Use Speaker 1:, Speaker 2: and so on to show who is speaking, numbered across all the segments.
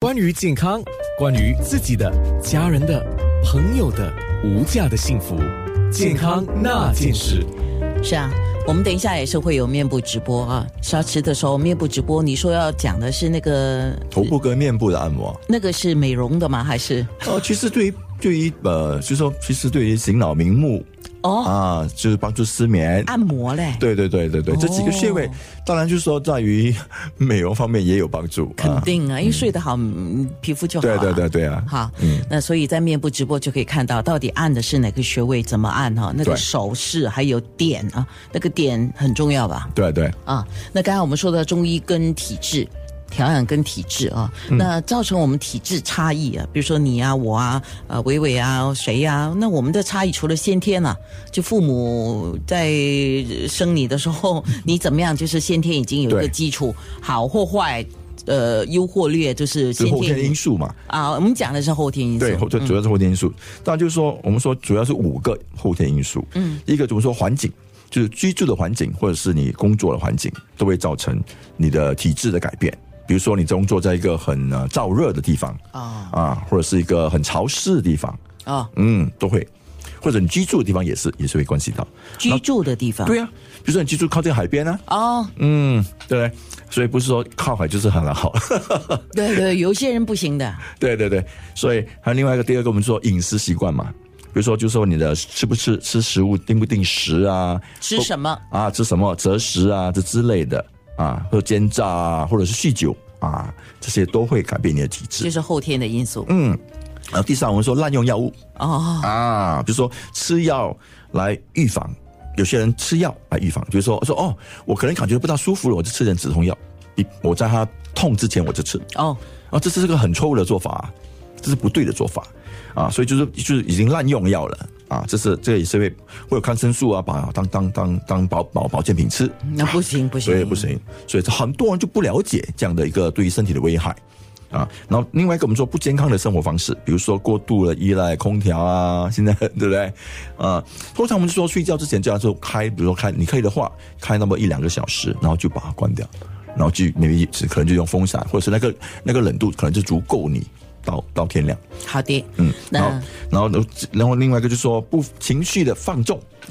Speaker 1: 关于健康，关于自己的、家人的、朋友的无价的幸福，健康那件事。
Speaker 2: 是啊，我们等一下也是会有面部直播啊。沙池的时候面部直播，你说要讲的是那个
Speaker 3: 头部跟面部的按摩。
Speaker 2: 那个是美容的吗？还是
Speaker 3: 哦，其实对于对于呃，就是说，其实对于醒脑明目
Speaker 2: 哦
Speaker 3: 啊，就是帮助失眠。
Speaker 2: 按摩嘞？
Speaker 3: 对对对对对，这几个穴位
Speaker 2: 哦，
Speaker 3: 当然就是说在于美容方面也有帮助。
Speaker 2: 肯
Speaker 3: 啊，
Speaker 2: 定啊，因为睡得好，嗯皮肤就好、
Speaker 3: 对
Speaker 2: 啊。
Speaker 3: 对对对啊，
Speaker 2: 好，那所以在面部直播就可以看到到底按的是哪个穴位，怎么按哈、那个
Speaker 3: 对
Speaker 2: 手势还有点啊，那个点很重要吧？
Speaker 3: 对对。
Speaker 2: 啊，那刚才我们说的中医跟体质。调养跟体质啊，
Speaker 3: 嗯
Speaker 2: 那造成我们体质差异啊，比如说你啊、我啊、呃、伟伟啊、谁呀、啊，那我们的差异除了先天啊，就父母在生你的时候，你怎么样，就是先天已经有一个
Speaker 3: 对
Speaker 2: 基础，好或坏，呃，优或劣，就是
Speaker 3: 是
Speaker 2: 先
Speaker 3: 后天
Speaker 2: 天
Speaker 3: 因素嘛？
Speaker 2: 啊。我们讲的是后天因素，嗯
Speaker 3: 对，后这主要是后天因素。当然就是说，我们说主要是五个后天因素。嗯，一个我们说环境，就是居住的环境或者是你工作的环境，都会造成你的体质的改变。比如说，你工作在一个很呃燥热的地方
Speaker 2: 啊
Speaker 3: 啊，或者是一个很潮湿的地方，
Speaker 2: 啊，
Speaker 3: 嗯，都会。或者你居住的地方也是也是会关系到。
Speaker 2: 居住的地方，
Speaker 3: 对啊，比如说你居住靠近海边啊，
Speaker 2: 哦，
Speaker 3: 嗯，对不对？所以不是说靠海就是很好。
Speaker 2: 对对，有些人不行的，
Speaker 3: 对对对，所以还有另外一个，第二个我们说饮食习惯嘛，比如说就说你的吃不吃吃食物定不定时啊，
Speaker 2: 吃什么？
Speaker 3: 啊吃什么择食啊这之类的啊，或者煎炸啊，或者是酗酒啊，这些都会改变你的体
Speaker 2: 就
Speaker 3: 质。
Speaker 2: 是后天的因素。
Speaker 3: 嗯，然后第三我们说滥用药物
Speaker 2: 哦，
Speaker 3: 啊，比如说吃药来预防，有些人吃药来预防，比如说说哦，我可能感觉不大舒服了，我就吃点止痛药，比我在他痛之前我就吃。
Speaker 2: 哦，
Speaker 3: 啊，这是个很错误的做法、啊这是不对的做法啊，所以就是就是已经滥用药了啊，这是这也是会会有抗生素啊，把当当当当保保保健品吃，
Speaker 2: 那不行不行，
Speaker 3: 所以不行，所以很多人就不了解这样的一个对于身体的危害。啊，然后另外一个我们说不健康的生活方式，比如说过度的依赖空调啊，现在对不对？ 啊，通常我们说睡觉之前这样就开，比如说开，你可以的话开那么一两个小时，然后就把它关掉，然后就你可能就用风扇，或者是那个那个冷度可能就足够你到到天亮。
Speaker 2: 好的，
Speaker 3: 嗯，然后
Speaker 2: 那
Speaker 3: 然后然后另外一个就是说不情绪的放纵，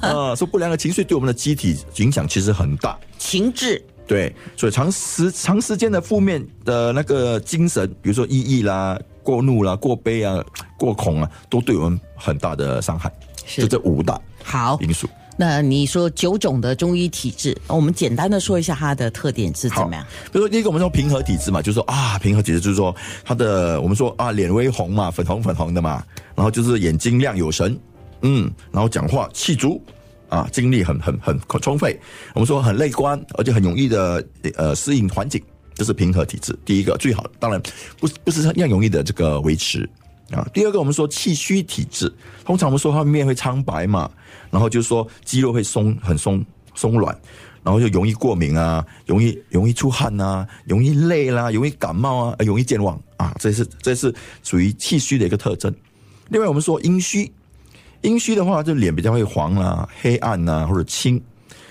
Speaker 3: 啊，说不良的情绪对我们的机体影响其实很大。
Speaker 2: 情志
Speaker 3: 对，所以长时长时间的负面的那个精神，比如说抑郁啦、过怒啦、过悲啊、过恐啊，都对我们很大的伤害。
Speaker 2: 是
Speaker 3: 就这嗯五大
Speaker 2: 好。
Speaker 3: 因素。
Speaker 2: 那你说九种的中医体质，我们简单的说一下它的特点是怎么样？
Speaker 3: 比如说第一个，我们说平和体质嘛，就是说啊，平和体质就是说他的我们说啊，脸微红嘛，粉红粉红的嘛，然后就是眼睛亮有神，嗯，然后讲话气足。啊，精力很很很很充沛，我们说很乐观，而且很容易的呃适应环境，这是平和体质。第一个最好，当然不不是那样容易的这个维持啊。第二个，我们说气虚体质，通常我们说它面会苍白嘛，然后就是说肌肉会松很松松软，然后就容易过敏啊，容易容易出汗啊，容易累啦、容易感冒啊，呃容易健忘啊，这是这是属于气虚的一个特征。另外，我们说阴虚，阴虚的话就脸比较会黄啦、黑暗呐、或者青，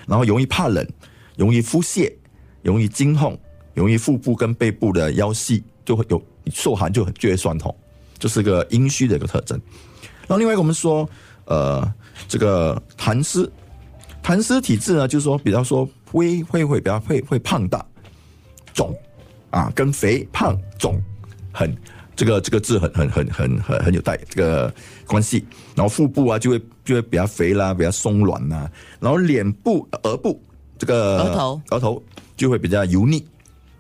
Speaker 3: 然后容易怕冷，容易腹泻，容易惊痛，容易腹部跟背部的腰系就会有受寒就很就会酸痛，这、是个阴虚的一个特征。然后另外一个我们说，呃，这个痰湿，痰湿体质呢，就是说比较说微会会比较会会胖大，肿啊，跟肥胖肿很这个这个字很很很很很很有带这个关系。然后腹部啊就会就会比较肥啦，比较松软啦、然后脸部、额部这个
Speaker 2: 额头
Speaker 3: 额头就会比较油腻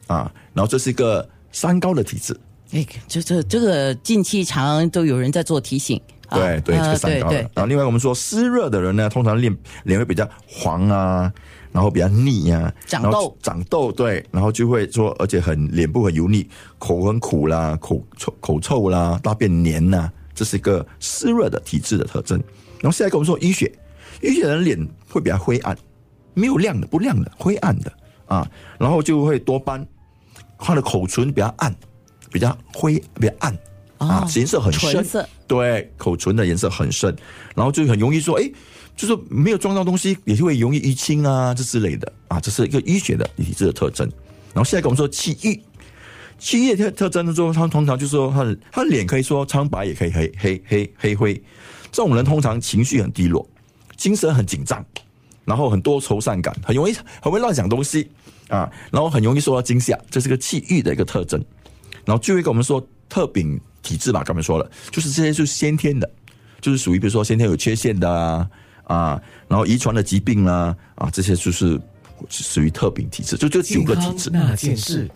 Speaker 3: 啊。然后这是一个三高的体质，
Speaker 2: 哎，这这这个近期常都有人在做提醒。啊
Speaker 3: 对对，这
Speaker 2: 呃
Speaker 3: 个三高的。
Speaker 2: 对对
Speaker 3: 然后另外我们说湿热的人呢，通常脸脸会比较黄啊，然后比较腻啊，
Speaker 2: 长
Speaker 3: 然后
Speaker 2: 痘
Speaker 3: 长痘对，然后就会说，而且很脸部很油腻，口很苦啦，口臭口臭啦，大便黏呐、这是一个湿热的体质的特征。然后下一个我们说淤血，淤血的人脸会比较灰暗，没有亮的，不亮的，灰暗的啊，然后就会多斑，他的口唇比较暗，比较灰，比较暗。啊
Speaker 2: 哦，
Speaker 3: 颜色很深
Speaker 2: 唇，色
Speaker 3: 对，口唇的颜色很深，然后就很容易说，哎，就是没有撞到东西，也就会容易淤青啊，这之类的啊，这是一个淤血的体质的特征。然后下一个我们说气郁，七叶特特征的时候，他通常就说他的他的脸可以说苍白，也可以黑黑黑黑灰。这种人通常情绪很低落，精神很紧张，然后很多愁善感，很容易很会乱想东西啊，然后很容易受到惊吓，这是个气郁的一个特征。然后最后一个我们说特禀体质吧，刚才说了，就是这些就是先天的，就是属于比如说先天有缺陷的啊，啊，然后遗传的疾病啦、啊，这些就是属于特禀体质，就这九个体质。
Speaker 1: 那件事。